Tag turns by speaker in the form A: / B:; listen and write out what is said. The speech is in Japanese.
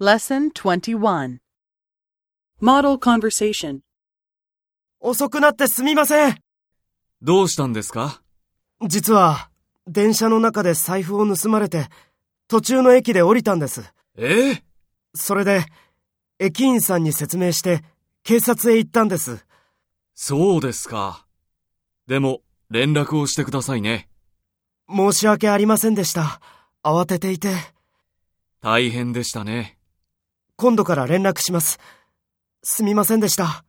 A: Lesson 21 Model Conversation
B: 遅くなってすみません。
C: どうしたんですか
B: 実は、電車の中で財布を盗まれて、途中の駅で降りたんです。
C: ええ
B: それで、駅員さんに説明して、警察へ行ったんです。
C: そうですか。でも、連絡をしてくださいね。
B: 申し訳ありませんでした。慌てていて、
C: 大変でしたね。
B: 今度から連絡します。すみませんでした。